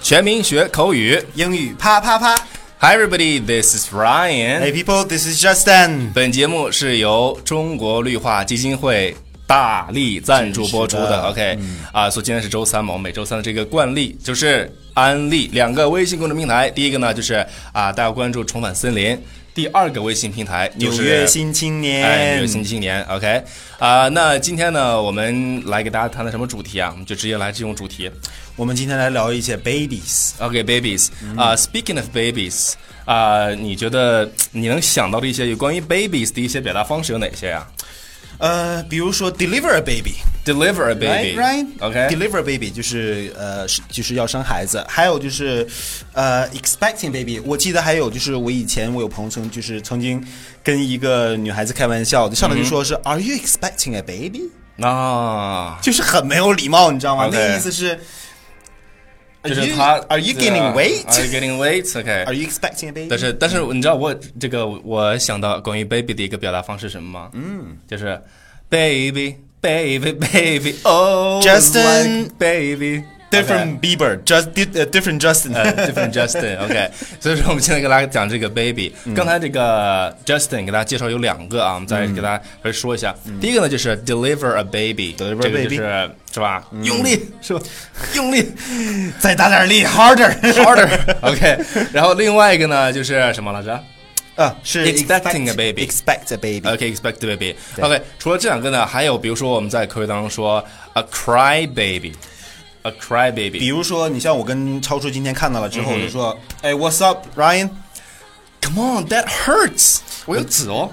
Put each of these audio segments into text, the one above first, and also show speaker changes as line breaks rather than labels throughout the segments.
全民学口语。
英语啪啪啪
Hi everybody, this is Ryan。
！Hey people, this is Justin。
本节目是由中国绿化基金会大力赞助播出
支
的。
持的嗯
OK，、啊，所以今天是周三嘛，我们每周三的这个惯例就是安利两个微信公众平台。第一个呢就是啊，大家关注重返森林。第二个微信平台就
纽
是
约新青
哎，纽约
年，
新青年，OK，啊、那今天呢，我们来给大家谈谈什么主题啊？我们就直接来这种主题
我们今天来聊一些 babies。
，OK，babies、啊、s p e a k i n g of babies，啊、你觉得你能想到的一些有关于 babies 的一些表达方式有哪些呀、
呃，比如说 deliver a baby，right
d e l i v e r a baby，OK，、
right？OK，deliver a baby 就是呃是就是要生孩子，还有就是呃 expecting baby。我记得还有就是我以前我有朋友曾就是曾经跟一个女孩子开玩笑，就上来就说是
嗯
Are you expecting a baby？
啊，
就是很没有礼貌，你知道吗
OK
那个意思是。
就是他啊
Are you getting
？Are
weight？Are
you getting weight？OK，、
you expecting a baby？
但是但是你知道我这个我想到关于 baby 的一个表达方式是什么吗？嗯，就是 baby baby baby oh
Justin
like baby
Different Bieber, just di- 呃 different Justin，、
呃 different Justin OK，所以说我们现在给大家讲这个 baby。刚
嗯
才这个 Justin 给大家介绍有两个啊，我们再给大家来说一下。第一个呢就是 deliver a baby，
嗯 Deliver a
这个就
baby 嗯
是是吧？用力是吧？用力。
再打点力，harder
Harder, OK。然后另外一个呢，就是什么来着？
啊，是
Expecting a baby
expect Uh, a baby，
OK，expect、baby。OK，除了这两个呢，还有比如说我们在口语当中说 a cry baby，a cry
比
baby。
如说你像我跟超叔今天看到了之后，我就说，哎，What's up Ryan？
Come on，that hurts。我有纸哦。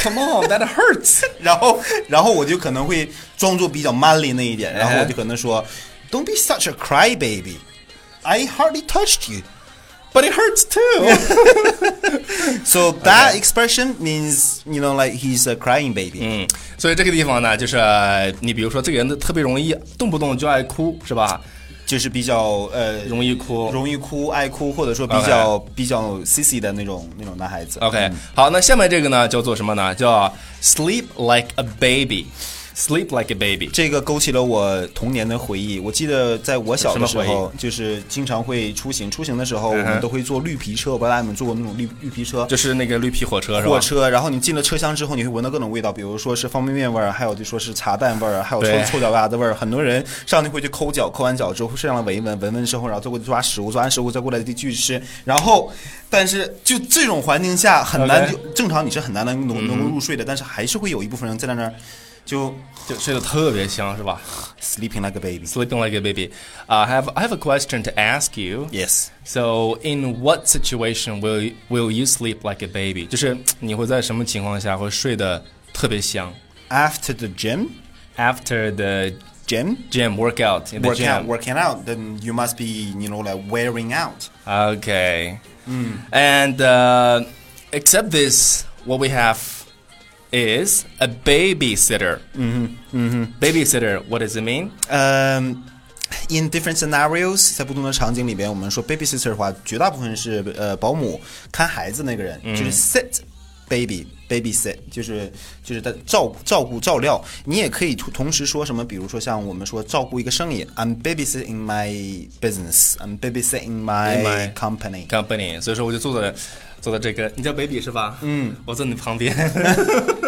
Come 哦 on，that hurts。
然后然后我就可能会装作比较 manly 那一点，然后我就可能说，Don't be such a cry baby。I hardly touched you.
But it hurts too.
So that expression means, you know, like he's a crying baby.
嗯， 所以这个地方呢，就是呃你比如说这个人特别容易动不动就爱哭，是吧？
就是比较呃
容易哭。
容易哭、爱哭，或者说比较比较 sissy 的那种那种男孩子。嗯
OK，、好，那下面这个呢叫做什么呢？叫 sleep like a baby。Sleep like a baby。
这个勾起了我童年的回忆。我记得在我小的时
什么嗯
候，就是经常会出行，出行的时候我们都会坐绿皮车，我不知道你们坐过那种绿绿皮车。
就是那个绿皮火车是吧？
货车，然后你进了车厢之后，你会闻到各种味道，比如说是方便面味儿，还有就说是茶蛋味儿，还有臭
对
臭脚丫子味儿。很多人上去会去抠脚，抠完脚之后身上闻一闻，闻闻之后，然后再过去抓食物，抓完食物再过来继续吃。然后，但是就这种环境下很难
OK
就正常你是很难能能能够入睡的，但是还是会有一部分人在那儿就
就睡得特别香是吧
sleeping like a baby。
？Sleeping like a baby. Uh, I have I have a question to ask you.
Yes.
So, in what situation will you- will you sleep like a baby? 就是你会在什么情况下会睡得特别香
after the gym
？After the
gym
gym workout in the
working out
gym.
working out then you must be you know like wearing out
Okay.
Hmm.
And uh, except this, what we have is a babysitter. Mm-hmm. Mm-hmm. Babysitter. What does it mean?
嗯、In different scenarios，在不同的场景里边，我们说 babysitter 的话，绝大部分是呃保姆看孩子那个人，
嗯
就是 sit baby babysit，就是就是在照顾照顾照料。你也可以同同时说什么，比如说像我们说照顾一个生意，I'm babysitting my business，I'm babysitting
In
my
my-
company。
company，所以说我就坐在坐在这个，你叫 baby 是吧？
Mm.
嗯，我坐你旁 边，我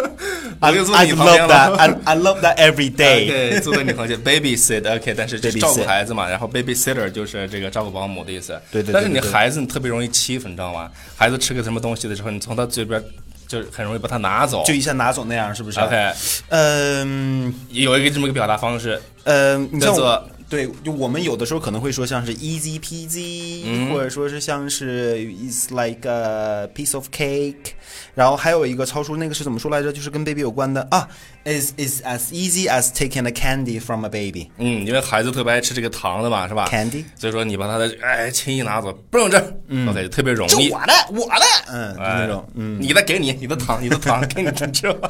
啊
I
就坐
I
你旁边了
love that。I I love that every day。
OK，坐在你旁边，babysit，OK，但是就是照
Babysit
顾孩子嘛，然后 babysitter 就是这个照顾保姆的意思。
对对对
但是你
对对
孩子你特别容易欺负，你知道吗？孩子吃个什么东西的时候，你从他嘴边就是很容易把它拿走
就。一下拿走那样，是不是
OK，
嗯
有一个这么一个表达方式，
呃，你像
叫做
我对，就我们有的时候可能会说像是 easy peasy，、或
嗯
者说是像是 is like a piece of cake，然后还有一个超叔那个是怎么说来着？就是跟 baby 有关的啊，is is as easy as taking a candy from a baby。
嗯，因为孩子特别爱吃这个糖的嘛，是吧
Candy
所以说你把他的哎轻易拿走，不用争、嗯、，OK，特别容
就
易。
我的，我的，嗯，就
哎
那种，嗯，
你的给你，你的糖，你的糖给你吃 吧。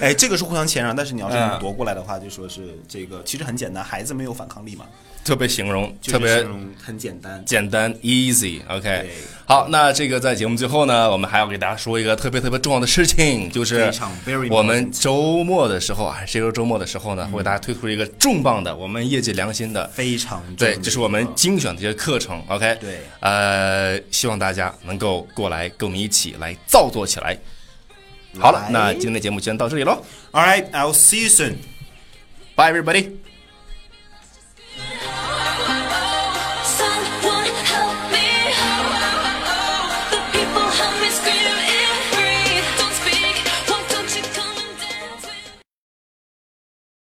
哎，这个是互相谦让，但是你要是
嗯
你夺过来的话，就说是这个，其实很简单，孩子没有反抗力，力嘛，
特别形容，
就
特
是
别
形容很简单。
简单，easy，OK、
对
好，那这个在节目最后呢，我们还要给大家说一个特别特别重要的事情，就是
非常 very 嗯
我们周末的时候啊，这周周末的时候呢，会给大家推出一个重磅的，我们业界良心的。
非常嗯重
对，
要
这是我们啊精选的一些课程，OK。
对
呃，希望大家能够过来跟我们一起来造作起来。好了
来，
那今天的节目先到这里喽
All right, I'll see you soon.
，Bye everybody。